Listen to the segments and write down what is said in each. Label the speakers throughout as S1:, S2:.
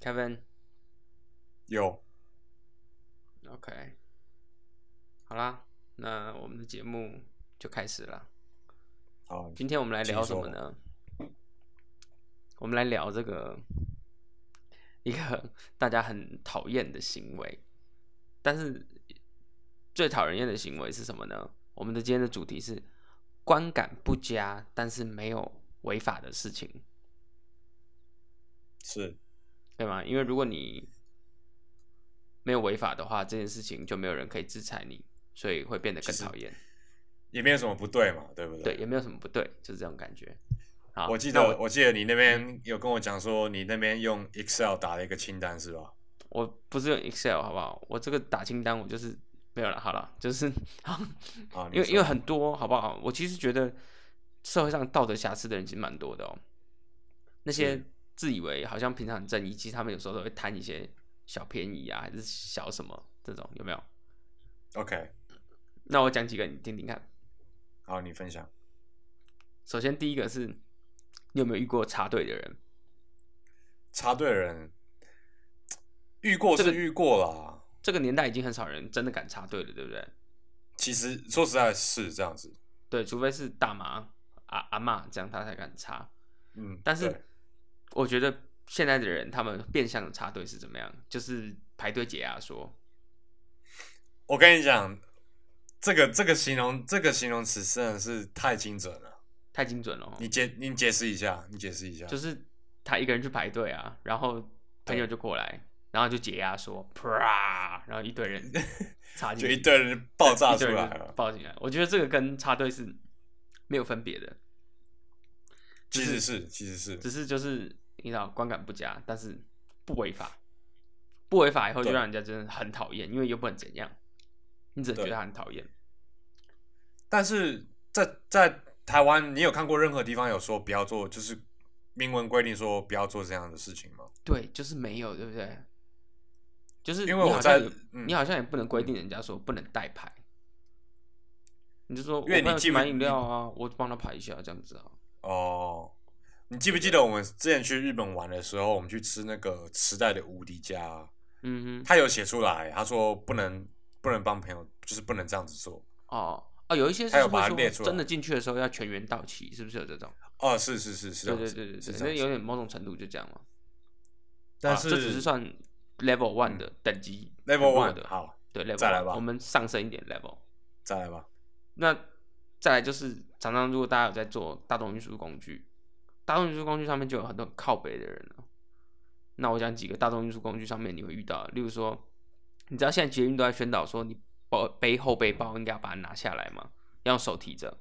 S1: Kevin，
S2: 有
S1: OK，好啦，那我们的节目就开始了。
S2: 好，
S1: 今天我们来聊什么
S2: 请
S1: 呢？我们来聊这个一个 大家很讨厌的行为，但是最讨人厌的行为是什么呢？我们的今天的主题是观感不佳，但是没有违法的事情。
S2: 是
S1: 对吗？因为如果你没有违法的话，这件事情就没有人可以制裁你，所以会变得更讨厌。
S2: 也没有什么不对嘛，对不
S1: 对，也没有什么不对，就是这种感觉。好，
S2: 我记
S1: 那
S2: 得
S1: 我
S2: 我记得你那边有跟我讲说，你那边用 Excel 打了一个清单是吧？
S1: 我不是用 Excel 好不好？我这个打清单我就是没有了，好了，就是
S2: 啊，你
S1: 因为
S2: 说
S1: 因为很多好不好？我其实觉得社会上道德瑕疵的人其实蛮多的哦。那些
S2: 是
S1: 自以为好像平常很正义，其实他们有时候都会贪一些小便宜啊，还是小什么这种，有没有？
S2: OK，
S1: 那我讲几个你听听看。
S2: 好，你分享
S1: 首先第一个是，你有没有遇过插队的人？
S2: 插队的人遇过
S1: 这
S2: 是
S1: 个
S2: 遇过啦，
S1: 这个年代已经很少人真的敢插队了，对不对？
S2: 其实说实在是这样子，
S1: 对，除非是大妈、阿阿嬷这样，他才敢插。
S2: 嗯，
S1: 但是
S2: 对
S1: 我觉得现在的人，他们变相的插队是怎么样？就是排队解压说，
S2: 我跟你讲，这个这个形容这个形容词真的是太精准了，
S1: 太精准了哦，
S2: 你解你解释一下，你解释一下，
S1: 就是他一个人去排队啊，然后朋友就过来，然后就解压说，啪，然后一堆人插进
S2: 就
S1: 去，
S2: 一堆人爆炸
S1: 一
S2: 出
S1: 堆
S2: 来
S1: 人
S2: 了，
S1: 报警来。我觉得这个跟插队是没有分别的。
S2: 其实是其实是
S1: 只是就是你知道观感不佳，但是不违法，不违法以后就
S2: 对
S1: 让人家真的很讨厌，因为又不能怎样，你只能觉得他很讨厌。
S2: 但是在在台湾，你有看过任何地方有说不要做，就是明文规定说不要做这样的事情吗？
S1: 对，就是没有，对不对？就是
S2: 因为
S1: 你
S2: 我
S1: 好像
S2: 在
S1: 也
S2: 嗯
S1: 你好像也不能规定人家说不能带牌，你就说我
S2: 因为你
S1: 朋友去
S2: 基本
S1: 买饮料啊，我帮他排一下这样子啊。
S2: 哦，你记不记得我们之前去日本玩的时候，我们去吃那个池袋的无敌家，
S1: 嗯哼，
S2: 他有写出来，他说不能不能帮朋友，就是不能这样子做。
S1: 哦哦，有一些是
S2: 他有把它
S1: 会
S2: 列
S1: 说
S2: 出来
S1: 真的进去的时候要全员到齐，是不是有这种？
S2: 哦，是是是是这
S1: 对
S2: 样
S1: 对
S2: 子，
S1: 对对
S2: 是
S1: 对，
S2: 这
S1: 那
S2: 样子。
S1: 有点某种程度就这样嘛。
S2: 但嗯
S1: 啊这只是算 level one 的等级
S2: level
S1: 很弱
S2: one
S1: 的，
S2: 好，
S1: 对 level
S2: 再来
S1: one，
S2: 吧
S1: 我们上升一点 level。
S2: 再来吧。
S1: 那再来就是常常如果大家有在做大众运输工具，大众运输工具上面就有很多很靠北的人了。那我讲几个大众运输工具上面你会遇到的，例如说，你知道现在捷运都在宣导说你包背后背包应该要把它拿下来嘛，要用手提着，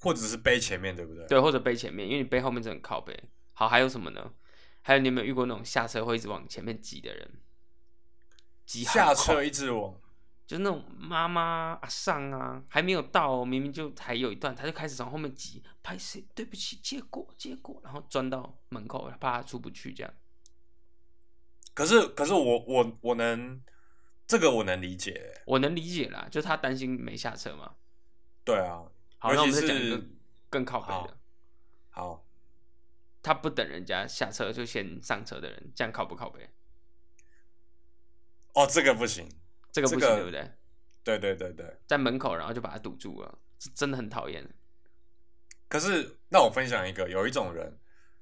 S2: 或者是背前面对不对？
S1: 对，或者背前面，因为你背后面真的很靠背。好，还有什么呢？还有你有没有遇过那种下车会一直往前面挤的人？挤很
S2: 下
S1: 快
S2: 车一直往
S1: 就是那种妈妈啊上啊，还没有到哦，明明就还有一段，他就开始从后面挤，拍谁？对不起，借过借过，然后钻到门口，怕他出不去这样。
S2: 可是可是我我我能这个我能理解，
S1: 我能理解啦，就他担心没下车嘛。
S2: 对啊，
S1: 好，
S2: 尤
S1: 那我
S2: 其
S1: 们再讲一
S2: 是
S1: 个更靠北的
S2: 好，好，
S1: 他不等人家下车就先上车的人，这样靠不靠北？
S2: 哦，这个不行，
S1: 这个不行，
S2: 这个
S1: 对不对？
S2: 对对对对。
S1: 在门口，然后就把他堵住了，是真的很讨厌。
S2: 可是那我分享一个，有一种人，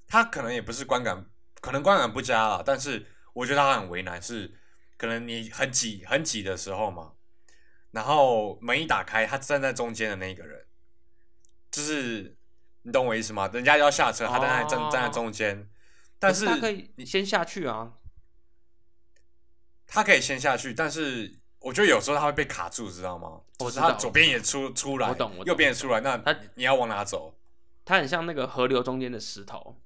S2: 他可能也不是观感，可能观感不佳啦，但是我觉得他很为难，是可能你很挤很挤的时候嘛，然后门一打开，他站在中间的那一个人，就是你懂我意思吗？人家要下车，他站在站、
S1: 哦
S2: 站在中间，但
S1: 可他可以先下去啊，
S2: 他可以先下去，但是我觉得有时候他会被卡住，知道吗？
S1: 我
S2: 就是
S1: 知道
S2: 他左边也出出来，
S1: 我懂我懂
S2: 右边也出来，那
S1: 他
S2: 你你要往哪走？
S1: 他很像那个河流中间的石头，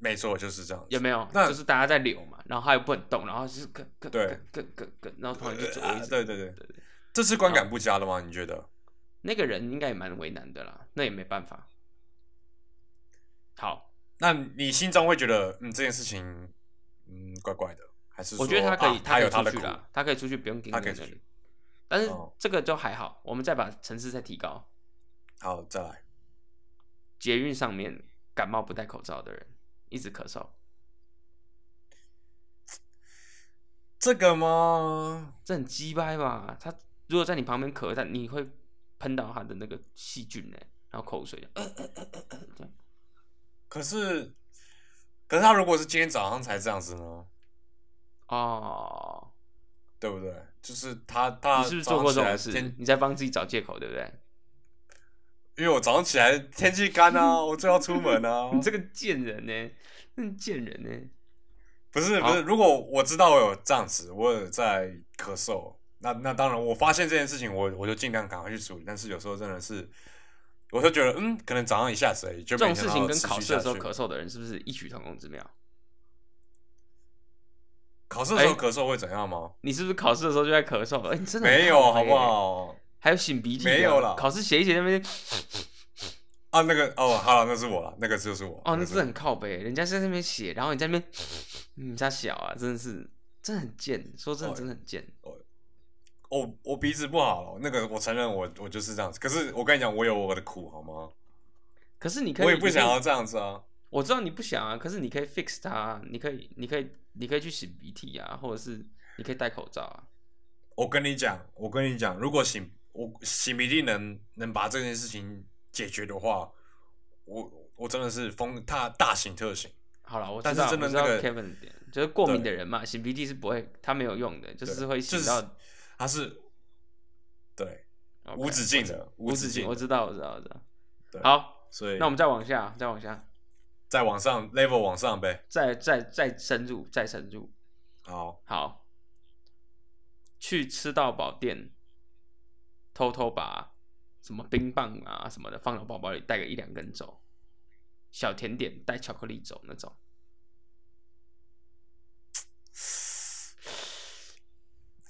S2: 没错，就是这样子。
S1: 有没有？
S2: 那
S1: 就是大家在流嘛，然后他又不能动，然后就是咯咯
S2: 对
S1: 咯咯咯咯，然后突然就左
S2: 啊
S1: 一直、
S2: 对对对
S1: 对对，
S2: 这是观感不佳的吗？你觉得？
S1: 那个人应该也蛮为难的啦，那也没办法。好，
S2: 那你心中会觉得，嗯，这件事情，嗯，怪怪的，还是说
S1: 我觉得他可以，
S2: 啊他
S1: 可
S2: 有
S1: 以
S2: 他的
S1: 出
S2: 苦
S1: 去，啦，他可以出去，不用盯
S2: 他
S1: 在
S2: 可以
S1: 那
S2: 出
S1: 里。但是
S2: 哦
S1: 这个就还好，我们再把层次再提高。
S2: 好，再来，
S1: 捷运上面感冒不戴口罩的人一直咳嗽，
S2: 这个吗？
S1: 这很鸡掰吧？它如果在你旁边咳，但你会喷到它的那个细菌呢、然后口水这样，这样
S2: 可是，可是他如果是今天早上才这样子呢，
S1: 哦，
S2: 对不对？就是他他
S1: 你是不是做过这种
S2: 早上起来
S1: 事
S2: 天？
S1: 你在帮自己找借口，对不对？
S2: 因为我早上起来天气干 啊，我就要出门啊。
S1: 你这个贱人呢、真贱人呢、
S2: 不是不
S1: 好
S2: 是，如果我知道我有这样子，我有在咳嗽，那那当然，我发现这件事情我，我就尽量赶快去处理。但是有时候真的是，我就觉得嗯，可能早上一下子而已，就
S1: 这
S2: 没
S1: 种
S2: 想
S1: 事
S2: 到
S1: 情跟
S2: 持
S1: 考
S2: 续
S1: 试的
S2: 下
S1: 时候
S2: 去
S1: 咳嗽的人是不是异曲同工之妙？
S2: 考试的时候
S1: 哎
S2: 咳嗽会怎样吗？
S1: 你是不是考试的时候就在咳嗽？哎、你真的很
S2: 没有，啊
S1: 靠
S2: 好
S1: 北
S2: 不
S1: 欸？
S2: 好？
S1: 还有擤鼻涕的，
S2: 没有啦
S1: 考试写一写那边，
S2: 啊，那个哦，好了，那是我了，那个就是我。
S1: 哦，那
S2: 个
S1: 真
S2: 是
S1: 的很靠背，人家在那边写，然后你在那边，嗯，他小啊，真的是，真的很贱。说真的，
S2: 哦
S1: 真的很贱。
S2: 我我哦我鼻子不好了，那个我承认我我就是这样子。可是我跟你讲，我有我的苦，好吗？
S1: 可是你可以，
S2: 我也不
S1: 你可以
S2: 想要这样子啊。
S1: 我知道你不想啊，可是你可以 fix 它、啊，你可以，你可以，你可以去擤鼻涕啊，或者是你可以戴口罩啊。
S2: 我跟你讲，我跟你讲，如果醒我醒一定能能把这件事情解决的话，我我真的是疯大大醒特醒。
S1: 好了，我知
S2: 但是
S1: 道，
S2: 真的
S1: 我知道
S2: 那个
S1: Kevin 的点，就是过敏的人嘛，擤鼻涕是不会，它没有用的，就
S2: 对
S1: 是会
S2: 就
S1: 擤
S2: 是
S1: 到、
S2: 它是对
S1: OK，
S2: 无止境的，
S1: 无止
S2: 止
S1: 境。
S2: 境
S1: 我
S2: 的。
S1: 知道，我知道，我知道。
S2: 对
S1: 好，
S2: 所以
S1: 那我们再往下，再往下，
S2: 再往上 level 往上呗。
S1: 再再再深入，再深入。
S2: 好，
S1: 好，去吃到饱店，偷偷把什么冰棒啊什么的放到包包里，带个一两根走。小甜点带巧克力走那种，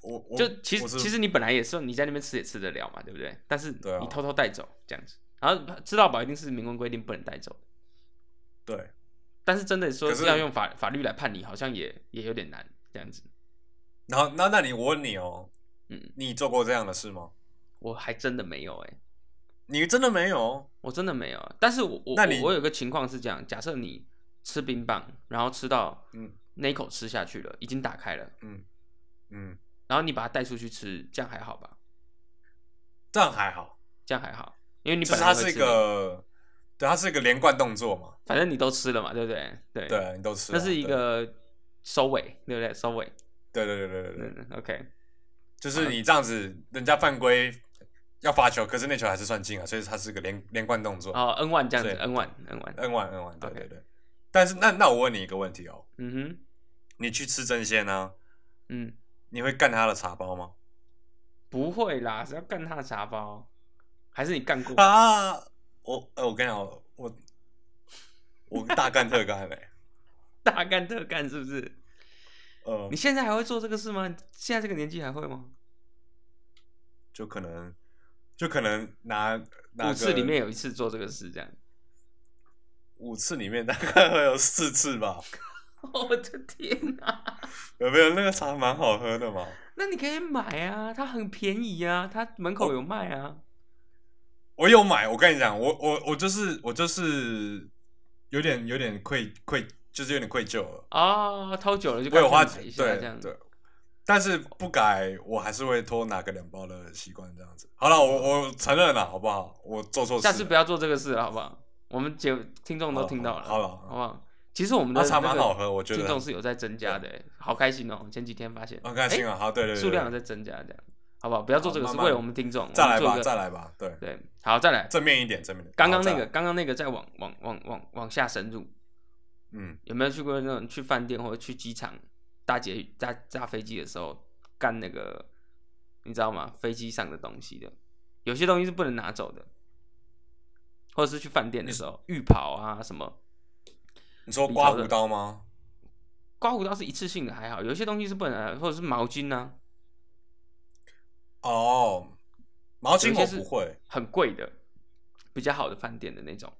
S2: 我我
S1: 就其实
S2: 我是
S1: 其实你本来也是你在那边吃也吃得了嘛，对不对？但是
S2: 对啊
S1: 你偷偷带走这样子，然后吃到饱一定是明文规定不能带走的，
S2: 对，
S1: 但是真的说
S2: 可是
S1: 要用法法律来判你，好像也也有点难这样子。
S2: 然后那那你我问你哦，
S1: 嗯，
S2: 你做过这样的事吗？
S1: 我还真的没有哎、
S2: 你真的没有？
S1: 我真的没有。但是我我
S2: 那你
S1: 我我有个情况是这样：假设你吃冰棒，然后吃到
S2: 嗯
S1: 那一口吃下去了，已经打开了，
S2: 嗯，
S1: 然后你把它带出去吃，这样还好吧？
S2: 这样还好，
S1: 这样还好，因为你
S2: 就
S1: 本
S2: 是
S1: 来
S2: 它
S1: 就是会
S2: 一
S1: 吃嘛，
S2: 个，对，它是一个连贯动作嘛，
S1: 反正你都吃了嘛，对不对？对，
S2: 对你都吃了，
S1: 那是一
S2: 对啊
S1: 个收尾，对不对？收尾，
S2: 对对对对对对，
S1: 嗯，OK，嗯
S2: 就是你这样子，人家犯规要罚球，可是那球还是算进啊，所以它是个连连贯动作。
S1: 哦，N one 这样子
S2: 对
S1: ，N one，N one，
S2: N 完 N 完，对
S1: OK
S2: 对对。但是那那我问你一个问题哦，
S1: 嗯哼，
S2: 你去吃真鲜啊，
S1: 嗯，
S2: 你会干他的茶包吗？
S1: 不会啦，是要干他的茶包，还是你干过？
S2: 啊，我呃，我跟你讲，我我大干特干嘞、
S1: 大干特干是不是？
S2: 呃
S1: 你，现在还会做这个事吗？现在这个年纪还会吗？
S2: 就可能就可能拿拿
S1: 五
S2: 个
S1: 次里面有一次做这个事， 这样。
S2: 五次里面大概会有四次吧，
S1: 哦我的天哪、
S2: 有没有？那个茶蛮好喝的嘛。
S1: 那你可以买啊，它很便宜啊，它门
S2: 哦
S1: 口有卖啊。
S2: 我有买，我跟你讲，我我我就是我就是有点有点愧愧，就是有点愧疚了。
S1: 啊，偷久了就
S2: 我有花
S1: 赶快买一下
S2: 对
S1: 这样。
S2: 对，但是不改，我还是会多拿个两包的习惯这样子。好了，我我承认了，好不好？我做错事了，
S1: 哦下次不要做这个事了，好不好？我们节听众都听到了，
S2: 好了好了
S1: 好不好？其实我们的
S2: 啊茶
S1: 那
S2: 蛮
S1: 个
S2: 好喝，我觉
S1: 听众
S2: 得
S1: 是有在增加的，欸好开心哦！前几天发现，
S2: 很开心
S1: 哎
S2: 啊。好，对对对，
S1: 数量有
S2: 对
S1: 在增加，这样好不好？不要做
S2: 好
S1: 这个
S2: 慢
S1: 事，
S2: 慢
S1: 为了我们听众，
S2: 再来
S1: 我们
S2: 吧，
S1: 做一个
S2: 再来吧，对，
S1: 对，好，再来。
S2: 正面一点，正面一点。
S1: 刚刚
S2: 好再
S1: 那个，
S2: 来
S1: 刚刚那个，再往往往往往下深入，
S2: 嗯，
S1: 有没有去过那种去饭店或者去机场搭捷搭搭飞机的时候干那个，你知道吗？飞机上的东西的，有些东西是不能拿走的，或者是去饭店的时候浴袍啊什么，
S2: 你说
S1: 你
S2: 刮
S1: 说的
S2: 胡刀吗？
S1: 刮胡刀是一次性的还好，有些东西是不能拿的，或者是毛巾啊，
S2: 哦，毛巾
S1: 有
S2: 我
S1: 一些是
S2: 不会，
S1: 很贵的，比较好的饭店的那种。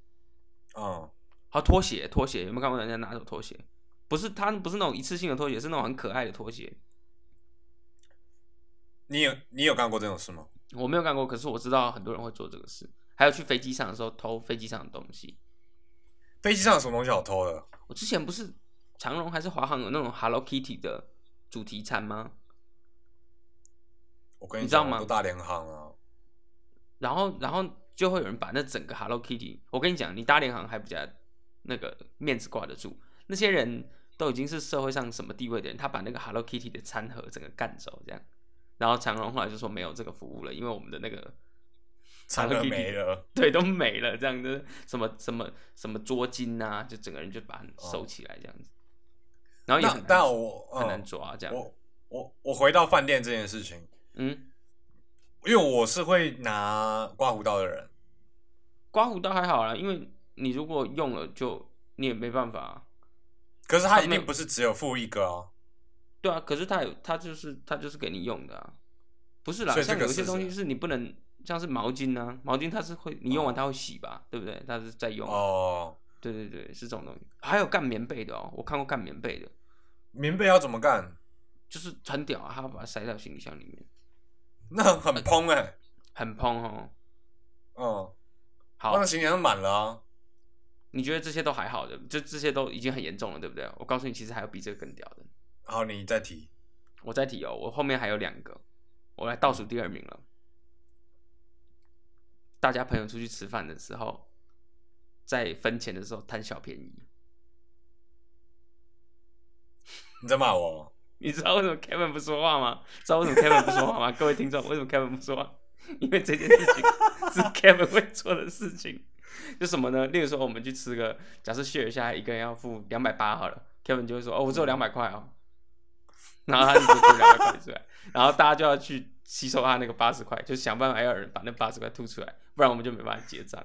S2: 嗯，
S1: 好，拖鞋，拖鞋有没有看过人家拿走拖鞋？不是，它不是那种一次性的拖鞋，是那种很可爱的拖鞋。
S2: 你有你有干过这种事吗？
S1: 我没有干过，可是我知道很多人会做这个事。还有去飞机上的时候偷飞机上的东西。
S2: 飞机上有什么东西好偷的？
S1: 我之前不是长荣还是华航有那种 Hello Kitty 的主题餐吗？
S2: 我跟
S1: 你知
S2: 讲
S1: 道吗
S2: 都大联行啊，
S1: 然后然后就会有人把那整个 Hello Kitty，我跟你讲，你大联行还比较那个面子挂得住，那些人都已经是社会上什么地位的人，他把那个 Hello Kitty 的餐盒整个干走这样。然后长荣后来就说没有这个服务了，因为我们的那个
S2: 餐盒没了，
S1: 对都没了，这样子什么什么什么捉襟啊，就整个人就把它收起来这样子，然后也
S2: 哦那
S1: 很难
S2: 那我
S1: 很难
S2: 嗯
S1: 抓这样，
S2: 我我我回到饭店这件事情，
S1: 嗯，
S2: 因为我是会拿刮胡刀的人，
S1: 刮胡刀还好啦，因为你如果用了就你也没办法啊、
S2: 可是
S1: 他
S2: 他一
S1: 没有
S2: 定不是只有付一个哦。
S1: 对啊，可是它有，它就是它就是给你用的啊，不是啦，
S2: 所以这
S1: 像
S2: 个
S1: 有一些
S2: 是
S1: 东西
S2: 是
S1: 是你不能，像是毛巾啊，毛巾它是会你用完它会洗吧，对不对？它是在用，
S2: 哦，
S1: 对对对，是这种东西。还有干棉被的哦，我看过干棉被的，
S2: 棉被要怎么干？
S1: 就是很屌啊，它把它塞到行李箱里面，
S2: 那很
S1: 呃
S2: 很蓬哎、
S1: 很蓬哦。
S2: 嗯，
S1: 好，
S2: 那行李箱满了啊。
S1: 你觉得这些都还好的，就这些都已经很严重了，对不对？我告诉你，其实还有比这个更屌的。
S2: 好，你再提。
S1: 我再提哦，我后面还有两个，我来倒数第二名了。大家朋友出去吃饭的时候，在分钱的时候贪小便宜，
S2: 你在骂我？哦
S1: 你知道为什么 Kevin 不说话吗？知道为什么 Kevin 不说话吗？ 各位听众，为什么 Kevin 不说话？因为这件事 情是 Kevin 会做的事情，就什么呢？例如说，我们去吃个，假设 share 下来一个人要付两百八好了，Kevin 就会说：“哦，我只有两百块哦。”然后他就付两百块出来，然后大家就要去吸收他那个八十块，就想办法要有人把那八十块吐出来，不然我们就没办法结账。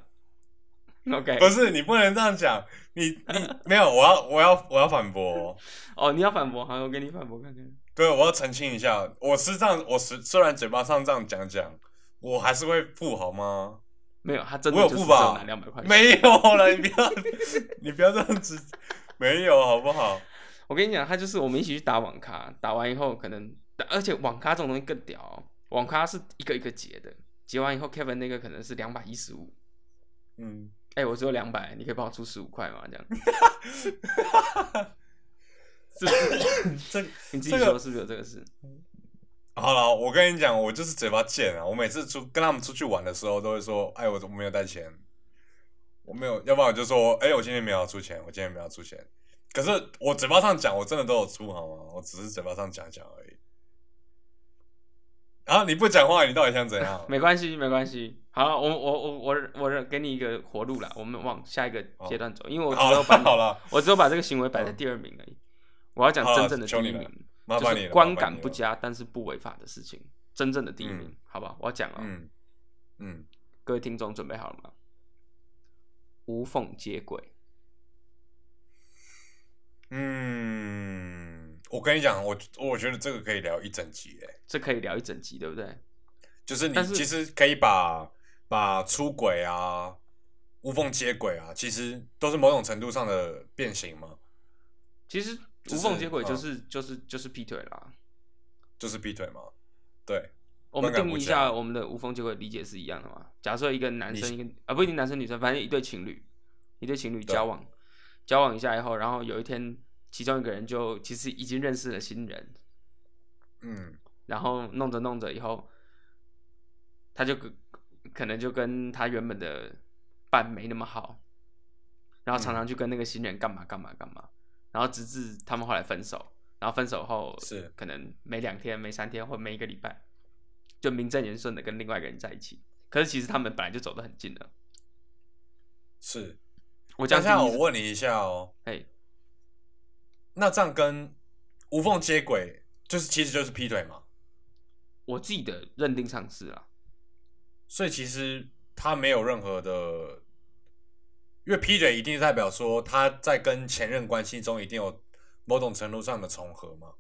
S1: OK，
S2: 不是，你不能这样讲。你你没有，我要我要我要反驳。
S1: 哦，你要反驳，好，我跟你反驳看看。
S2: 对，我要澄清一下，我是这样，我是虽然嘴巴上这样讲讲，我还是会付好吗？
S1: 没有，他真的
S2: 我有
S1: 就
S2: 付
S1: 是只
S2: 吧
S1: 有拿两百块钱。
S2: 没有了，你不要 你不要这样子，没有好不好？
S1: 我跟你讲，他就是我们一起去打网咖，打完以后可能，而且网咖这种东西更屌、哦，网咖是一个一个结的，结完以后 Kevin 那个可能是两百一十五，
S2: 嗯，
S1: 哎，我只有两百，你可以帮我出十五块吗？这样，是不是
S2: 这
S1: 你自己说是不是有这个事？
S2: 好了，我跟你讲，我就是嘴巴贱啊！我每次出跟他们出去玩的时候，都会说：“哎，我我没有带钱，我没有。”要不然我就说：“哎，我今天没有要出钱，我今天没有要出钱。”可是我嘴巴上讲，我真的都有出好吗？我只是嘴巴上讲讲而已。然、后你不讲话，你到底想怎样？
S1: 没关系，没关系。好，我我我我我给你一个活路啦，我们往下一个阶段走，因为我只
S2: 哦好了
S1: 有把你
S2: 好了，
S1: 我只有把这个行为摆在第二名而已。我要讲
S2: 好
S1: 真正的第
S2: 求
S1: 一
S2: 你了
S1: 名，
S2: 麻
S1: 就
S2: 烦你
S1: 是
S2: 了，
S1: 观
S2: 麻烦
S1: 感
S2: 你
S1: 不
S2: 了。
S1: 佳但是不违法的事情，真正的第一名，
S2: 嗯
S1: 好吧？我要讲哦，
S2: 嗯嗯，
S1: 各位听众准备好了吗？无缝接轨，
S2: 嗯，我跟你讲，我我觉得这个可以聊一整集诶，
S1: 这可以聊一整集，对不对？
S2: 就是你
S1: 但是
S2: 其实可以把把出轨啊、无缝接轨啊，其实都是某种程度上的变形嘛，
S1: 其实
S2: 就
S1: 无
S2: 是嗯
S1: 缝接轨就是就是就是劈腿啦。
S2: 就是劈腿嘛。对，
S1: 我们
S2: 观感
S1: 定义
S2: 不
S1: 一
S2: 佳
S1: 下我们的无缝接轨理解是一样的嘛？假设一个男生一
S2: 你
S1: 个啊不一定男生女生，反正一对情侣，一对情侣交往，交往一下以后，然后有一天其中一个人就其实已经认识了新人，
S2: 嗯，
S1: 然后弄着弄着以后，他就跟可能就跟他原本的伴没那么好，然
S2: 嗯
S1: 后常常去跟那个新人干嘛干嘛干嘛，然后直至他们后来分手，然后分手后
S2: 是
S1: 可能没两天、没三天或没一个礼拜，就名正言顺的跟另外一个人在一起。可是其实他们本来就走得很近了。
S2: 是。
S1: 我这
S2: 等一
S1: 样
S2: 下，我
S1: 定义是，
S2: 问你一下哦，
S1: 哎，
S2: 那这样跟无缝接轨，就是其实就是劈腿嘛，
S1: 我自己的认定上是啦，
S2: 所以其实他没有任何的，因为劈腿一定代表说他在跟前任关系中一定有某种程度上的重合嘛，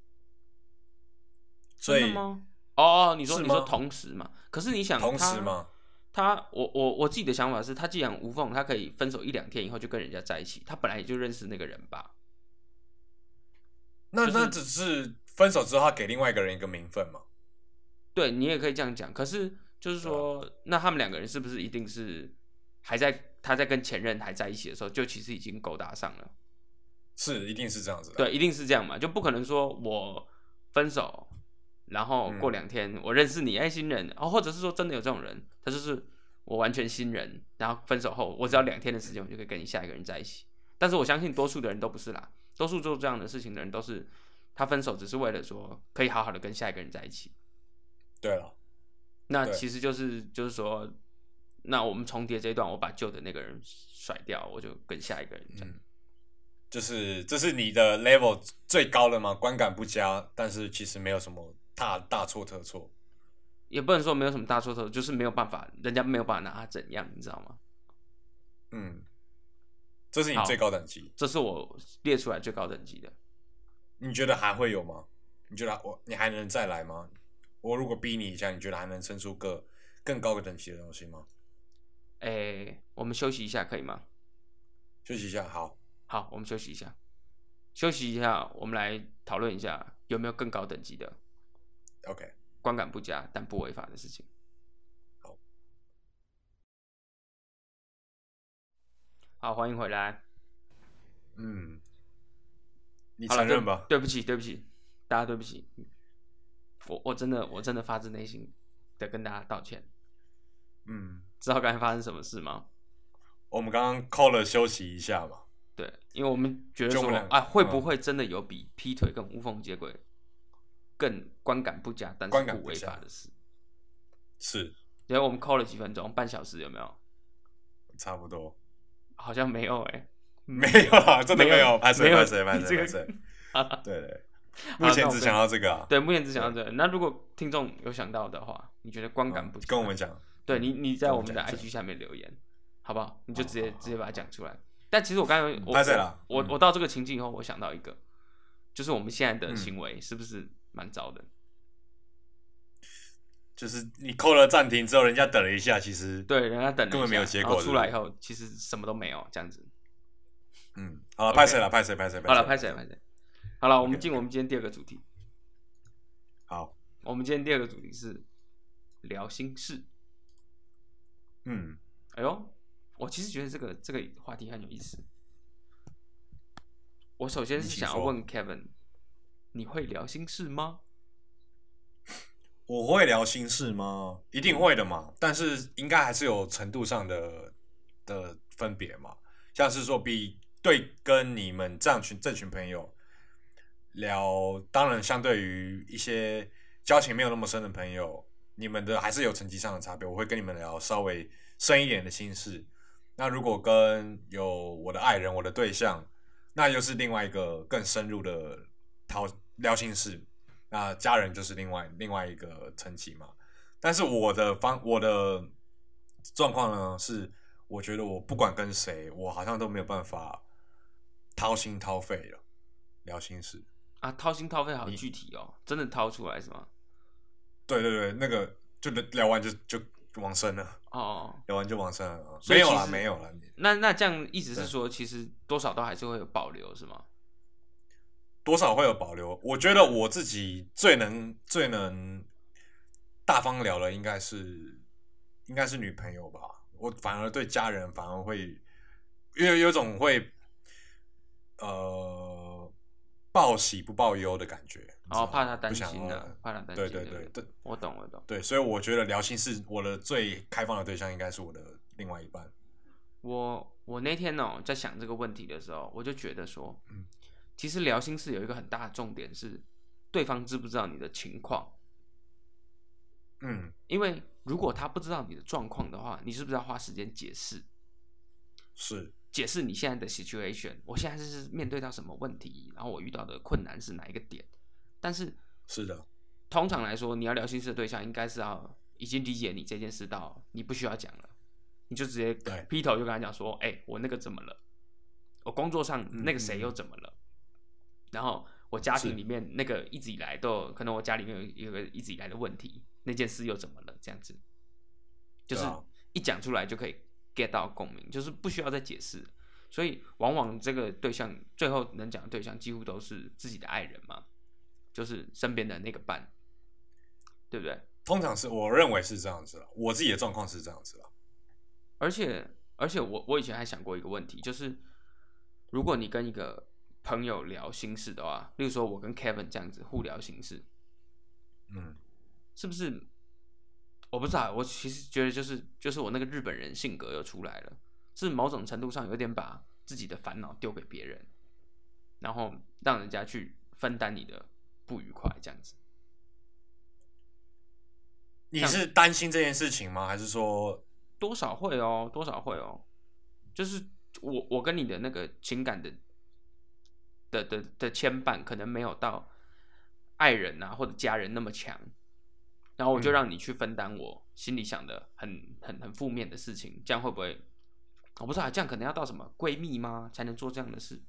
S2: 所
S1: 真
S2: 以
S1: 的吗？哦，你说
S2: 是
S1: 你说
S2: 吗
S1: 同时嘛？可是你想
S2: 同
S1: 他
S2: 时嘛。
S1: 他，我我我自己的想法是，他既然无缝，他可以分手一两天以后就跟人家在一起，他本来也就认识那个人吧？
S2: 那
S1: 就是
S2: 那只是分手之后，他给另外一个人一个名分嘛？
S1: 对你也可以这样讲。可是就是说，那他们两个人是不是一定是还在他在跟前任还在一起的时候，就其实已经勾搭上了？
S2: 是，一定是这样子的。，啊
S1: 对，一定是这样嘛，就不可能说我分手，然后
S2: 嗯
S1: 过两天、我认识你，哎，新人，哦，或者是说真的有这种人，他就是我完全新人，然后分手后，我只要两天的时间，我就可以跟你下一个人在一起。但是我相信多数的人都不是啦，多数做这样的事情的人都是他分手只是为了说可以好好的跟下一个人在一起。
S2: 对啊了，
S1: 那
S2: 对
S1: 其实就是就是说，那我们重叠这一段，我把旧的那个人甩掉，我就跟下一个人这样。
S2: 嗯，就是这是你的 level 最高了吗？观感不佳，但是其实没有什么大大错特错。
S1: 也不能说没有什么大错特错，就是没有办法，人家没有办法拿他怎样，你知道吗？
S2: 嗯，这是你
S1: 好
S2: 最高等级，
S1: 这是我列出来最高等级的。
S2: 你觉得还会有吗？你觉得还我你还能再来吗？我如果逼你一下，你觉得还能生出个更高个等级的东西吗？
S1: 哎、我们休息一下可以吗？
S2: 休息一下，好，
S1: 好，我们休息一下，休息一下，我们来讨论一下有没有更高等级的
S2: OK，
S1: 观感不佳但不违法的事情。
S2: 好，
S1: 好，欢迎回来。
S2: 嗯，你
S1: 好了
S2: 承认吧？
S1: 对？对不起，对不起，大家对不起，我我真的我真的发自内心的跟大家道歉。
S2: 嗯，
S1: 知道刚才发生什么事吗？
S2: 我们刚刚 call 了休息一下嘛，
S1: 对，因为我们觉得
S2: 就我
S1: 说
S2: 们两个
S1: 啊，会不
S2: 嗯
S1: 会真的有比劈腿跟无缝接轨更观感不佳，但
S2: 观
S1: 是
S2: 感
S1: 不
S2: 不
S1: 违
S2: 佳
S1: 法的事？
S2: 是
S1: 然后我们扣了几分钟，半小时有没有？
S2: 差不多，
S1: 好像没有 哎、
S2: 没有啦，真的
S1: 没有
S2: 没有，拍
S1: 没
S2: 谁
S1: 有
S2: 拍谁拍
S1: 你
S2: 谁
S1: 这
S2: 拍
S1: 个
S2: 谁，
S1: 欸。
S2: 对对，
S1: 那
S2: 目前
S1: 我
S2: 只
S1: 们
S2: 想到这个啊，
S1: 对，目前只想到这个。那如果听众有想到的话，你觉得观
S2: 嗯，
S1: 感不佳，
S2: 跟我们讲，嗯
S1: 对你，你在
S2: 跟
S1: 我
S2: 我
S1: 们
S2: 们
S1: 的
S2: 讲一
S1: IG 下面留言，好不好？你就
S2: 好
S1: 直接
S2: 好好
S1: 直接把它讲出来。但其实我刚才我
S2: 拍谁啦
S1: 我
S2: 嗯
S1: 我到这个情境以后，我想到一个，就是我们现在的
S2: 嗯
S1: 行为是不是蛮糟的？
S2: 就是你扣了暂停之后，人家等了一下，其实
S1: 对，人家等了
S2: 根
S1: 一
S2: 本没有
S1: 下
S2: 结
S1: 然
S2: 果
S1: 后
S2: 是
S1: 出
S2: 不
S1: 来
S2: 是
S1: 以后其实什么都没有，这样子。
S2: 嗯，好了，
S1: OK
S2: 拍谁了，拍谁拍谁，
S1: 好了，拍
S2: 拍
S1: 谁
S2: 谁，
S1: 拍谁。好了，我们
S2: OK，OK
S1: 进我们今天第二个主题。
S2: 好，
S1: 我们今天第二个主题是聊心事。
S2: 嗯，
S1: 哎呦，我其实觉得这个这个话题很有意思。我首先是
S2: 你请
S1: 想要
S2: 说
S1: 问 Kevin，你会聊心事吗？
S2: 我会聊心事吗？一定会的嘛，但是应该还是有程度上的的分别嘛，像是说比对跟你们这样群这群朋友聊，当然相对于一些交情没有那么深的朋友，你们的还是有层级上的差别，我会跟你们聊稍微深一点的心事。那如果跟有我的爱人、我的对象，那又是另外一个更深入的讨聊心事。那家人就是另外另外一个层级嘛。但是我的方我的状况呢，是我觉得我不管跟谁，我好像都没有办法掏心掏肺了聊心事。
S1: 啊，掏心掏肺好具体哦，真的掏出来是吗？
S2: 对对对，那个就聊完就就往生了，
S1: 哦，
S2: 聊完就往生了啊。
S1: 所以
S2: 没有
S1: 其
S2: 啦，
S1: 实
S2: 没有啦。
S1: 那那这样意思是
S2: 对
S1: 说，其实多少都还是会有保留是吗？
S2: 多少会有保留。我觉得我自己最能最能大方聊的应该是应该是女朋友吧。我反而对家人反而会，因为有种会呃报喜不报忧的感觉，你知道
S1: 哦，
S2: 吗
S1: 怕他担
S2: 不想
S1: 心
S2: 让
S1: 啊，怕他担心。
S2: 对对对对
S1: 我懂我懂。
S2: 对，所以我觉得聊心事，我的最开放的对象应该是我的另外一半。
S1: 我我那天哦在想这个问题的时候，我就觉得说，
S2: 嗯
S1: 其实聊心事有一个很大的重点是，对方知不知道你的情况？
S2: 嗯，
S1: 因为如果他不知道你的状况的话，你是不是要花时间解释？
S2: 是，
S1: 解释你现在的 situation，我现在是面对到什么问题，然后我遇到的困难是哪一个点？但是
S2: 是的，
S1: 通常来说，你要聊心事的对象应该是要已经理解你这件事到你不需要讲了，你就直接
S2: 对
S1: 劈头就跟他讲说：“哎、我那个怎么了？我工作上
S2: 嗯
S1: 那个谁又怎么了？然后我家
S2: 是
S1: 庭里面那个一直以来都有可能我家里面有有个一直以来的问题，那件事又怎么了？这样子，就是
S2: 对啊
S1: 一讲出来就可以 get 到共鸣，就是不需要再解释。所以往往这个对象最后能讲的对象几乎都是自己的爱人嘛，就是身边的那个伴，对不对？
S2: 通常是我认为是这样子了，我自己的状况是这样子了。
S1: 而且而且我我以前还想过一个问题，就是如果你跟一个朋友聊心事的话，例如说我跟 Kevin 这样子互聊心事，
S2: 嗯，
S1: 是不是？我不知道，我其实觉得就是就是我那个日本人性格又出来了，是某种程度上有点把自己的烦恼丢给别人，然后让人家去分担你的不愉快，这样子。
S2: 你是担心这件事情吗？还是说，
S1: 多少会哦，多少会哦，就是我我跟你的那个情感的的的的牵绊，可能没有到爱人啊或者家人那么强，然后我就
S2: 嗯
S1: 让你去分担我心里想的很很很负面的事情，这样会不会？我不知啊道，这样可能要到什么闺蜜吗才能做这样的事？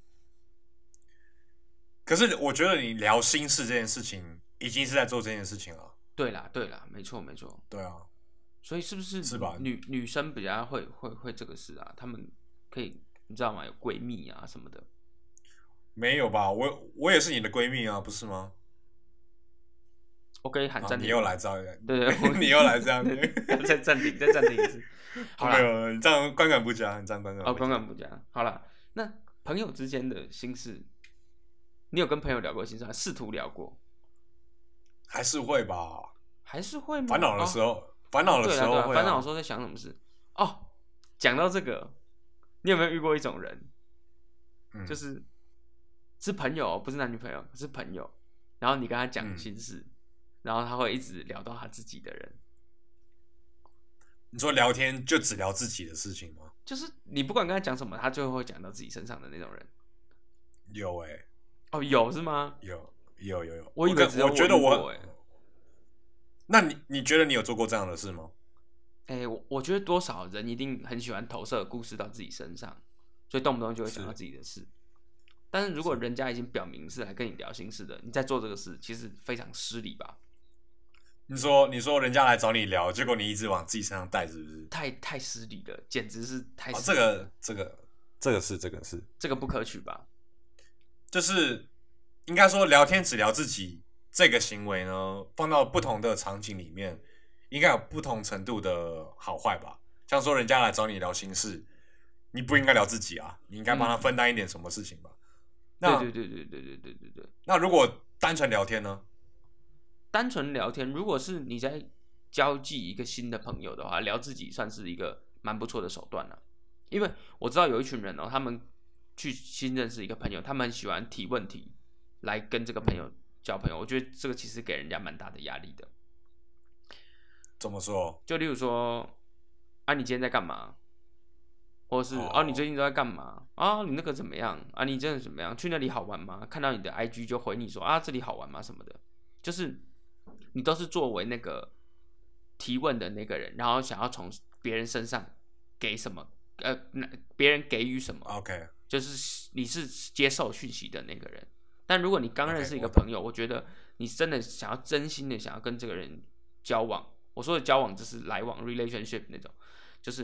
S2: 可是我觉得你聊心事这件事情，已经是在做这件事情了。
S1: 对啦，对啦，没错没错。
S2: 对啊，
S1: 所以是不是
S2: 是吧
S1: 女女生比较会会会这个事啊，她们可以你知道吗？有闺蜜啊什么的。
S2: 没有吧？我我也是你的闺蜜啊，不是吗？
S1: OK，喊
S2: 啊
S1: 暂
S2: 你
S1: 停。
S2: 又来这样，
S1: 对对， 我
S2: 你又来这样
S1: 再暂停，再暂停一次。好
S2: 没
S1: 了，
S2: 有，你这样观感不佳，你这样观感
S1: 哦，
S2: 不佳
S1: 观感不佳。好了，那朋友之间的心事，你有跟朋友聊过心事吗？试图聊过，
S2: 还是会吧？
S1: 还是会吗？
S2: 烦恼的时
S1: 哦，
S2: 候，烦恼的
S1: 对
S2: 时
S1: 啊对
S2: 候
S1: 啊，
S2: 会啊
S1: 烦恼的时候在想什么事？哦，讲到这个，你有没有遇过一种人，
S2: 嗯
S1: 就是是朋友哦，不是男女朋友，是朋友，然后你跟他讲
S2: 嗯
S1: 心事，然后他会一直聊到他自己的人，
S2: 你说聊天就只聊自己的事情吗？
S1: 就是你不管跟他讲什么，他最后会讲到自己身上的那种人。
S2: 有哎、
S1: 哦，有是吗？
S2: 有有有有，
S1: 我以为
S2: 跟
S1: 只有
S2: 我觉得
S1: 我遇
S2: 我，
S1: 过欸
S2: 那你你觉得你有做过这样的事吗？
S1: 哎、我我觉得多少人一定很喜欢投射故事到自己身上，所以动不动就会想
S2: 是
S1: 到自己的事。但是如果人家已经表明是来跟你聊心事的，你再做这个事，其实非常失礼吧？
S2: 你说你说人家来找你聊，结果你一直往自己身上带，是不是？
S1: 太太失礼了，简直是太
S2: 啊，
S1: 失
S2: 这
S1: 礼了、
S2: 个这个这个是这个是，
S1: 这个不可取吧？
S2: 就是应该说聊天只聊自己这个行为呢，放到不同的场景里面，应该有不同程度的好坏吧。像说人家来找你聊心事，你不应该聊自己啊，你应该帮他
S1: 嗯
S2: 分担一点什么事情吧。那
S1: 对对对对对对对对对，
S2: 那如果单纯聊天呢？
S1: 单纯聊天，如果是你在交际一个新的朋友的话，聊自己算是一个蛮不错的手段了、啊因为我知道有一群人哦，他们去新认识一个朋友，他们很喜欢提问题来跟这个朋友交朋友。我觉得这个其实给人家蛮大的压力的。
S2: 怎么说？
S1: 就例如说，啊，你今天在干嘛？或是
S2: 哦
S1: 啊，你最近都在干嘛？啊，你那个怎么样？啊，你真的怎么样？去那里好玩吗？看到你的 IG 就回你说啊，这里好玩吗？什么的，就是你都是作为那个提问的那个人，然后想要从别人身上给什么，呃，那别人给予什么，
S2: OK，
S1: 就是你是接受讯息的那个人。但如果你刚
S2: OK，
S1: 认识一个
S2: 我懂
S1: 朋友我觉得你真的想要真心的想要跟这个人交往，我说的交往就是来往 relationship 那种，就是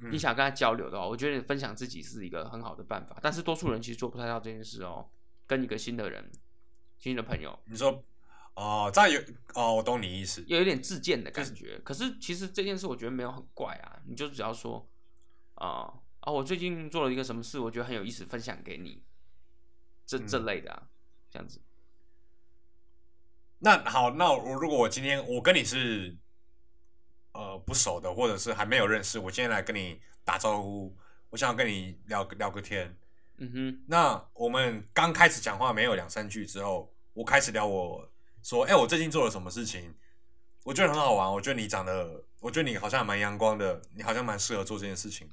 S2: 嗯
S1: 你想跟他交流的话，我觉得分享自己是一个很好的办法。但是多数人其实做不太到这件事哦，跟一个新的人、新的朋友，
S2: 你说哦，这样有哦，我懂你意思。
S1: 有一点自荐的感觉。可是其实这件事我觉得没有很怪啊，你就只要说啊啊、我最近做了一个什么事，我觉得很有意思，分享给你，这这
S2: 嗯
S1: 类的啊，这样子。
S2: 那好，那我如果我今天我跟你是呃不熟的，或者是还没有认识，我今天来跟你打招呼，我想要跟你聊个聊个天。
S1: 嗯哼，
S2: 那我们刚开始讲话没有两三句之后，我开始聊我说，哎、我最近做了什么事情，我觉得很好玩，我觉得你长得，我觉得你好像蛮阳光的，你好像蛮适合做这件事情，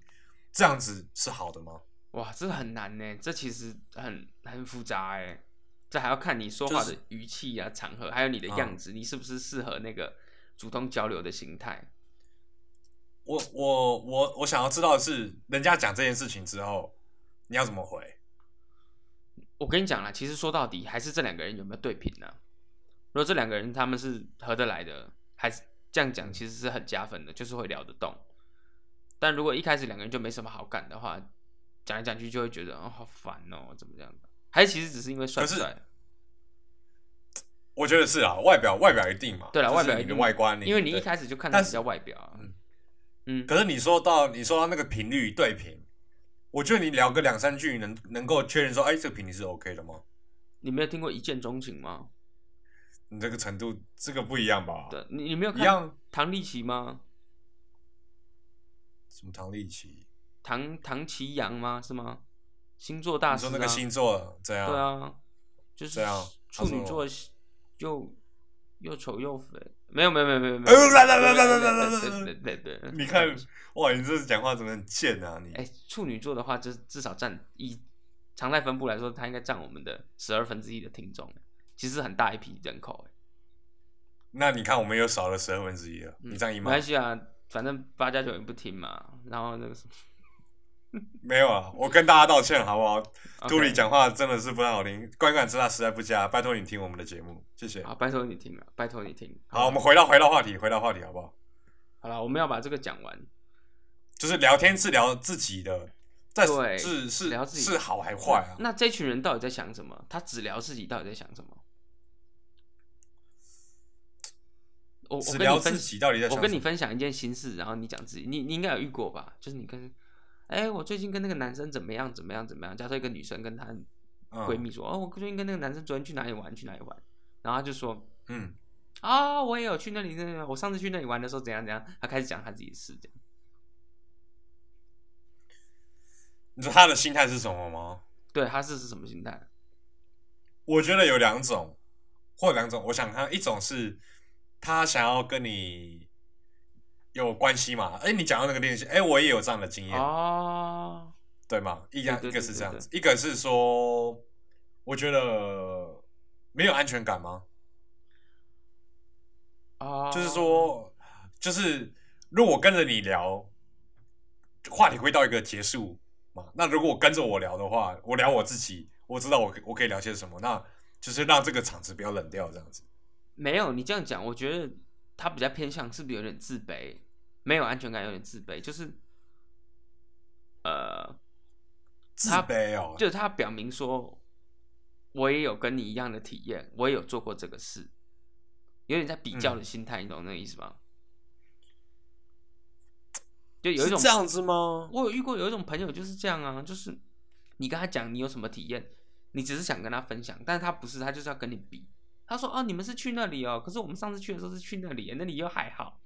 S2: 这样子是好的吗？
S1: 哇，这很难呢，这其实很很复杂哎，这还要看你说话
S2: 就
S1: 的
S2: 是
S1: 语气啊、场合，还有你的
S2: 啊
S1: 样子，你是不是适合那个主动交流的形态？
S2: 我我我我想要知道的是，人家讲这件事情之后，你要怎么回？
S1: 我跟你讲啦，其实说到底还是这两个人有没有对频呢、如果这两个人他们是合得来的，还是这样讲其实是很加分的，就是会聊得动。但如果一开始两个人就没什么好感的话，讲来讲去就会觉得哦好烦哦，怎么这样？还是其实只是因为帅不
S2: 可是
S1: 帅？
S2: 我觉得是啊，外表外表一定嘛，
S1: 对啦
S2: 了，
S1: 外表一
S2: 你的
S1: 定
S2: 外观，
S1: 因为你一
S2: 对
S1: 开始就看到
S2: 但
S1: 人
S2: 是
S1: 家外表啊
S2: 嗯，
S1: 嗯，
S2: 可是你说到你说到那个频率对频，我觉得你聊个两三句能能够确认说，哎，这个评题是 OK 的吗？
S1: 你没有听过一见钟情吗？
S2: 你这个程度，这个不一样吧？
S1: 对，你你没有
S2: 一
S1: 看
S2: 样，
S1: 唐立奇吗？
S2: 什么唐立奇，
S1: 唐唐奇阳吗？是吗？星座大
S2: 你
S1: 师、
S2: 说
S1: 啊、
S2: 那个星座怎样？
S1: 对，啊，就是
S2: 怎样
S1: 处女座又又丑又肥，没有没有没有没有没
S2: 哎呦
S1: 有，
S2: 来来来来来来来来
S1: 对对对对，
S2: 你看，哇，你这讲话怎么很贱啊？你、
S1: 哎，处女座的话，就是至少占以常态分布来说，它应该占我们的十二分之一的听众，其实很大一批人口。哎
S2: 那你看我们又少了十二分之一了，
S1: 嗯
S2: 你这样一
S1: 没
S2: 骂
S1: 关系啊，反正八加九也不听嘛，然后那个什么
S2: 没有啊？我跟大家道歉好不好？杜里
S1: OK，
S2: 讲话真的是不太好听，观感之大实在不佳，拜托你听我们的节目，谢谢。
S1: 好，拜托你听了，拜托你听。
S2: 好，我们回到回到话题，回到话题好不好？
S1: 好了，我们要把这个讲完。
S2: 就是聊天是聊自己的，但
S1: 对
S2: 是是
S1: 聊自己
S2: 是好还坏啊？
S1: 那这群人到底在想什么？他只聊自己到底在想什么？我我
S2: 只
S1: 跟
S2: 聊
S1: 你
S2: 自
S1: 分
S2: 己到底在想
S1: 我跟你
S2: 什么
S1: 分享一件心事，然后你讲自己，你你应该有遇过吧？就是你跟，哎、我最近跟那个男生怎么样怎么样怎么样？假设一个女生跟她
S2: 嗯
S1: 闺蜜说，哦，我最近跟那个男生昨天去哪里玩去哪里玩，然后她就说，
S2: 嗯
S1: 啊、我也有去那里那里，我上次去那里玩的时候怎样怎样，她开始讲她自己的事，这样
S2: 嗯，你知道他的心态是什么吗？
S1: 对，她是是什么心态？
S2: 我觉得有两种，或两种，我想看一种是他想要跟你有关系嘛？哎、你讲到那个练习，哎、我也有这样的经验，
S1: 哦，
S2: 对吗？一样
S1: 对对
S2: 一个是这样子，
S1: 对
S2: 一个是说，我觉得没有安全感吗？
S1: 哦，
S2: 就是，说，就是如果我跟着你聊，话题会到一个结束嘛？那如果我跟着我聊的话，我聊我自己，我知道我可我可以聊些什么，那就是让这个场子不要冷掉这样子。
S1: 没有，你这样讲，我觉得他比较偏向是不是有点自卑，没有安全感，有点自卑，就是，呃，
S2: 自卑哦，
S1: 就是他表明说，我也有跟你一样的体验，我也有做过这个事，有点在比
S2: 嗯
S1: 较的心态，你懂那个意思吗？就有一种
S2: 是这样子吗？
S1: 我有遇过有一种朋友就是这样啊，就是你跟他讲你有什么体验，你只是想跟他分享，但是他不是，他就是要跟你比。他说：“哦，你们是去那里哦，可是我们上次去的时候是去那里，那里又还好。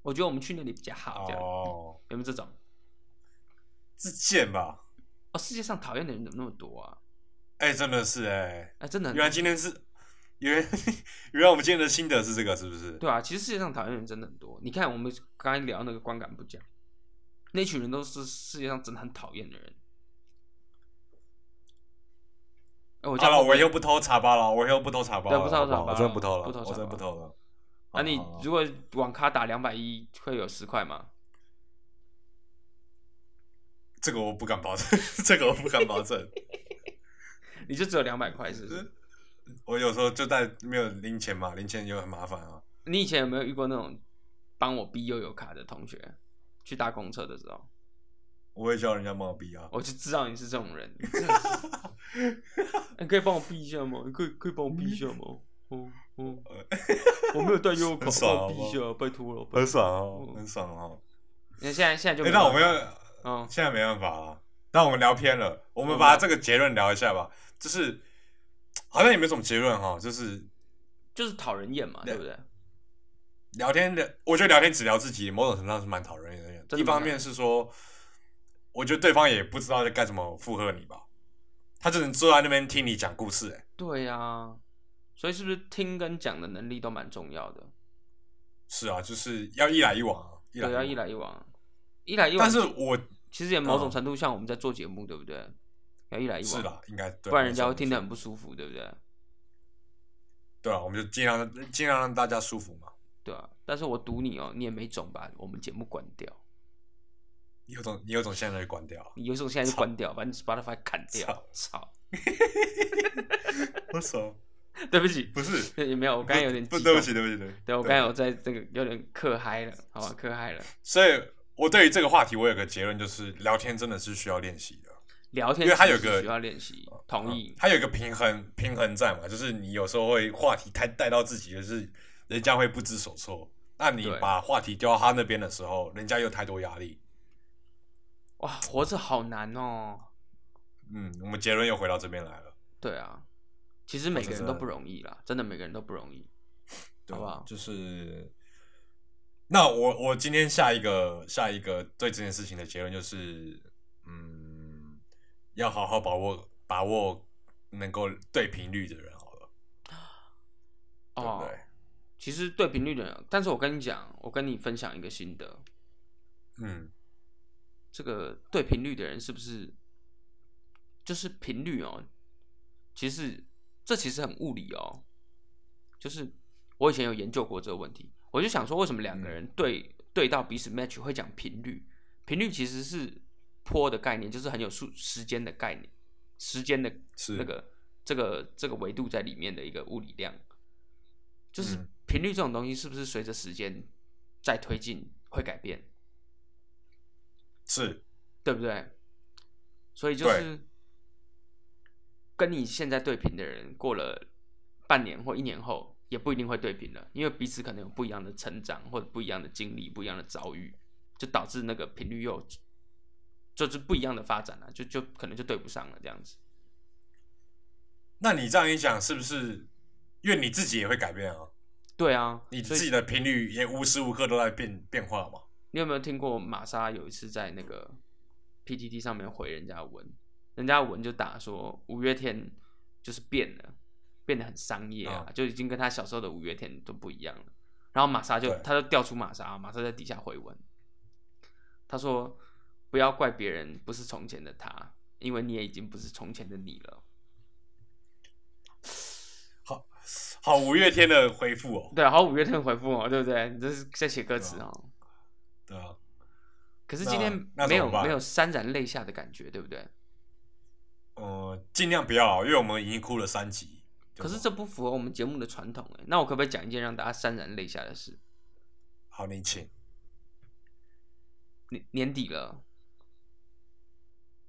S1: 我觉得我们去那里比较好，这样、
S2: 哦，
S1: 有没有这种？
S2: 自贱吧？
S1: 哦，世界上讨厌的人怎么那么多啊？
S2: 哎、真的是哎、
S1: 哎、真的很
S2: 原来今天是，原来 原来我们今天的心得是这个，是不是？
S1: 对啊，其实世界上讨厌的人真的很多。你看我们刚才聊那个观感不佳，那群人都是世界上真的很讨厌的人。哎、我
S2: 好了，我以
S1: 又
S2: 后不偷茶包了，我以后不偷茶包了，
S1: 对不偷
S2: 好好
S1: 茶包
S2: 我真的不偷了，
S1: 不偷茶包
S2: 我真的不偷了。
S1: 那、你
S2: 好好好
S1: 如果网咖打两百一，会有十块吗？
S2: 这个我不敢保证， 这个我不敢保证。
S1: 你就只有两百块，是不是？
S2: 我有时候就带没有零钱嘛，零钱就很麻烦啊。
S1: 你以前有没有遇过那种帮我逼悠游卡的同学？去搭公车的时候，
S2: 我会叫人家帮我逼啊。
S1: 我就知道你是这种 人。你真的是你可以帮我逼一下吗？你可以可以帮我逼一下吗？嗯嗯，我没有带悠游卡，
S2: 很爽
S1: 帮我逼一下，拜托了。拜托
S2: 很爽哦，
S1: 嗯
S2: 很爽哦。
S1: 那现在现在就
S2: 哎、
S1: 没
S2: 那
S1: 办
S2: 我
S1: 法
S2: 们要，
S1: 嗯
S2: 现在没办法了。那我们聊偏了，我们把这个结论聊一下吧。就是好像也没什么结论哈，就是
S1: 就是讨人厌嘛，
S2: 对
S1: 对不对？
S2: 聊天的，我觉得聊天只聊自己，某种程度上是蛮讨人厌的。
S1: 真的
S2: 一方
S1: 蛮讨
S2: 面
S1: 厌
S2: 是说，我觉得对方也不知道该怎么附和你吧，他只能坐在那边听你讲故事、哎，
S1: 对呀、所以是不是听跟讲的能力都蛮重要的？
S2: 是啊，就是要一来一往啊，一来
S1: 对，要一
S2: 往。
S1: 来一往，一来一往。
S2: 但是我
S1: 其实也某种
S2: 嗯
S1: 程度像我们在做节目，对不对？要一来一往，
S2: 是啦，应该对，
S1: 不然
S2: 没
S1: 人家
S2: 错
S1: 会听得。
S2: 没
S1: 很
S2: 错
S1: 不舒服，对不对？
S2: 对啊，我们就尽量尽量让大家舒服嘛。
S1: 对啊。但是我赌你哦，你也没种把我们节目关掉，
S2: 你有种，你有种，现在就关 掉啊。
S1: 你有种现在就关掉，把你 Spotify 砍掉。 操！
S2: 我操，
S1: 对不起，
S2: 不是，
S1: 也没有，我刚才有点
S2: 不，
S1: 激
S2: 对不
S1: 动
S2: 起，对不起，对不起。
S1: 对我刚才有在这个有点嗑嗨了，好吧，嗑嗨了。
S2: 所以我对于这个话题，我有个结论，就是聊天真的是需要练习的。
S1: 聊天
S2: 因为它
S1: 其
S2: 有
S1: 实
S2: 个嗯
S1: 需要练习，同意。
S2: 它有一个平衡平衡在嘛，就是你有时候会话题太带到自己，就是人家会不知所措。那你
S1: 对
S2: 把话题丢到他那边的时候，人家有太多压力。
S1: 哇，活着好难哦。
S2: 嗯，我们结论又回到这边来了，
S1: 对啊，其实每个人
S2: 真
S1: 都
S2: 的
S1: 不容易啦，真的每个人都不容易。
S2: 对
S1: 好不好
S2: 就是，那我我今天下一个下一个对这件事情的结论就是，嗯，要好好把握把握能够对频率的人好了，对
S1: 哦
S2: 不，对？
S1: 其实对频率的人，但是我跟你讲，我跟你分享一个心得，
S2: 嗯，
S1: 这个对频率的人是不是就是频率哦？其实这其实很物理哦，就是我以前有研究过这个问题，我就想说为什么两个人
S2: 嗯
S1: 对、对到彼此 match 会讲频率？频率其实是坡的概念，就是很有数时间的概念，时间的
S2: 是
S1: 那个这个这个维度在里面的一个物理量，就是
S2: 嗯
S1: 频率这种东西是不是随着时间在推进会改变？
S2: 是
S1: 对不对？所以就是
S2: 对
S1: 跟你现在对频的人，过了半年或一年后，也不一定会对频了，因为彼此可能有不一样的成长，或者不一样的经历、不一样的遭遇，就导致那个频率又就是不一样的发展了、就就可能就对不上了这样子。
S2: 那你这样一讲，是不是因为你自己也会改变啊？
S1: 对啊，
S2: 你
S1: 所
S2: 自
S1: 以
S2: 己的频率也无时无刻都在变变化嘛？
S1: 你有没有听过玛莎有一次在那个 PTT 上面回人家的文，人家的文就打说五月天就是变了，变得很商业啊，
S2: 哦
S1: 就已经跟他小时候的五月天都不一样了。然后玛莎就
S2: 对
S1: 他就调出玛莎，玛莎在底下回文，他说不要怪别人不是从前的他，因为你也已经不是从前的你了。
S2: 好，五月天的回复哦，
S1: 对啊，好，五月天回复哦，对不对？你这是在写歌词哦。
S2: 对啊，
S1: 可是今天
S2: 那那
S1: 没
S2: 怎
S1: 有
S2: 么办
S1: 没有潸然泪下的感觉，对不对？
S2: 呃，尽量不要，因为我们已经哭了三集。对
S1: 可
S2: 吧
S1: 是这不符合我们节目的传统哎。那我可不可以讲一件让大家潸然泪下的事？
S2: 好，你请。
S1: 年年底了，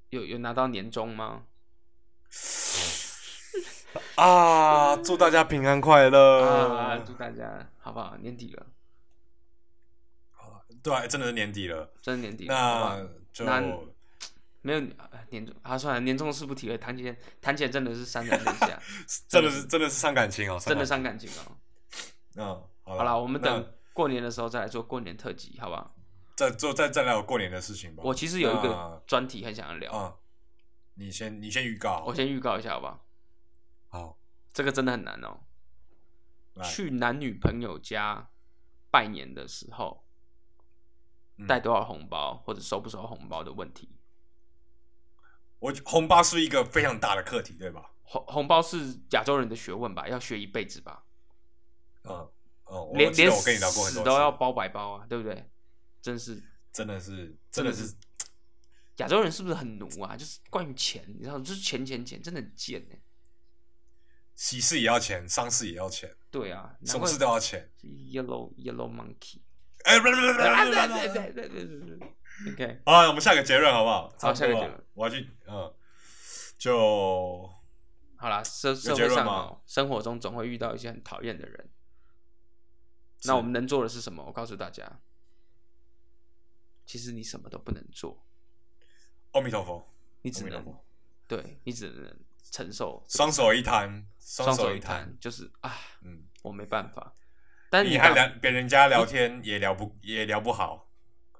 S1: 有有拿到年终吗？
S2: 啊，祝大家平安快乐
S1: 啊，祝大家好不好？年底了，
S2: 对啊，真的是年底了，
S1: 真的年底了，好不
S2: 那
S1: 好
S2: 就
S1: 那没有啊年终啊，算了，年终的事不提了，谈起来谈起来真的是潸然泪 下，
S2: 真的是真的是伤感情哦，
S1: 真的
S2: 伤
S1: 伤感情哦。
S2: 感。嗯，好
S1: 好
S2: 了，
S1: 了，我们
S2: 那
S1: 等过年的时候再来做过年特辑，好不好？
S2: 再做再再聊过年的事情吧。
S1: 我其实有一个
S2: 那
S1: 专题很想要聊，
S2: 啊，你先你先预告
S1: 我。先预告一下，好不好？
S2: 好，
S1: 这个真的很难哦。
S2: 来
S1: 去男女朋友家拜年的时候
S2: 嗯，
S1: 带多少红包或者收不收红包的问题。
S2: 我红包是一个非常大的课题，对吧？
S1: 红红包是亚洲人的学问吧，要学一辈子吧，
S2: 嗯嗯，我
S1: 连
S2: 记
S1: 连
S2: 得我跟你聊过很
S1: 死
S2: 多
S1: 都要
S2: 次，
S1: 包白包啊，对不对？真是
S2: 真的是
S1: 真
S2: 真
S1: 的
S2: 的
S1: 是
S2: 是
S1: 亚洲人是不是很奴啊？就是关于钱，你知道，就是钱钱钱，真的很贱哎、
S2: 喜事也要钱，丧事也要钱，
S1: 对啊，
S2: 什
S1: 难
S2: 么
S1: 怪
S2: 事都要钱。
S1: yellow yellow monkey。
S2: 哎，不不不不不
S1: 啊对对
S2: 不不不不。
S1: 对对对对对。OK，
S2: 好了，我们下个结论好不好？差不多
S1: 下
S2: 了
S1: 个结论，
S2: 我要去，嗯，就
S1: 好啦，社社
S2: 有结
S1: 会
S2: 论
S1: 上
S2: 吗
S1: 哦，生活中总会遇到一些很讨厌的人，那我们能做的是什么？我告诉大家，其实你什么都不能做，
S2: 阿弥陀佛，
S1: 你只
S2: 阿弥
S1: 能
S2: 陀佛
S1: 对你只能承受
S2: 双手一摊，双
S1: 双手
S2: 手
S1: 一
S2: 摊，
S1: 摊，就是啊，
S2: 嗯，
S1: 我没办法。但是
S2: 你
S1: 你
S2: 和
S1: 打
S2: 聊别人家聊天也聊不也聊不 好，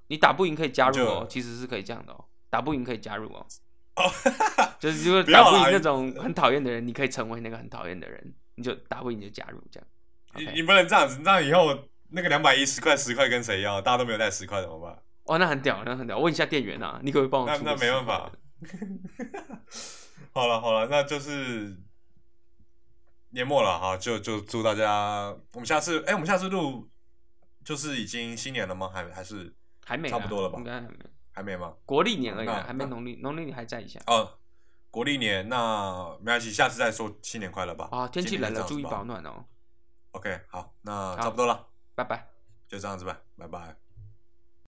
S1: 你打不赢可以加入哦
S2: 就，
S1: 其实是可以这样的哦，打不赢可以加入哦，
S2: 哦，
S1: 就是如果
S2: 不要
S1: 打不
S2: 啦
S1: 赢那
S2: 你
S1: 种很讨厌的人，你可以成为那个很讨厌的人，你就打不赢你就加入这样。
S2: 你
S1: OK
S2: 你不能这样子，那以后那个两百一十块十块跟谁要？大家都没有带十块怎么办？
S1: 哇，哦那很屌，那很屌。问一下店员啊，你可不可以帮我
S2: 那
S1: 出个啊
S2: 那没
S1: 10
S2: 办
S1: 块
S2: 法
S1: 的。
S2: 好了好了，那就是年末了哈，就就祝大家，我们下次哎、我们下次录就是已经新年了吗？还还是
S1: 还没啦，啊
S2: 差不多了吧
S1: 应该还没。
S2: 还没吗？
S1: 国历年而已啦，啊
S2: 那
S1: 还没
S2: 那
S1: 农历，农历你还在一下。
S2: 哦，国历年那没关系，下次再说新年快乐吧。
S1: 啊，天气
S2: 今天
S1: 冷
S2: 就
S1: 了，
S2: 这样
S1: 注
S2: 子
S1: 意
S2: 吧
S1: 保暖哦。
S2: OK，好，那
S1: 好
S2: 差不多了，
S1: 拜拜。
S2: 就这样子吧，拜拜。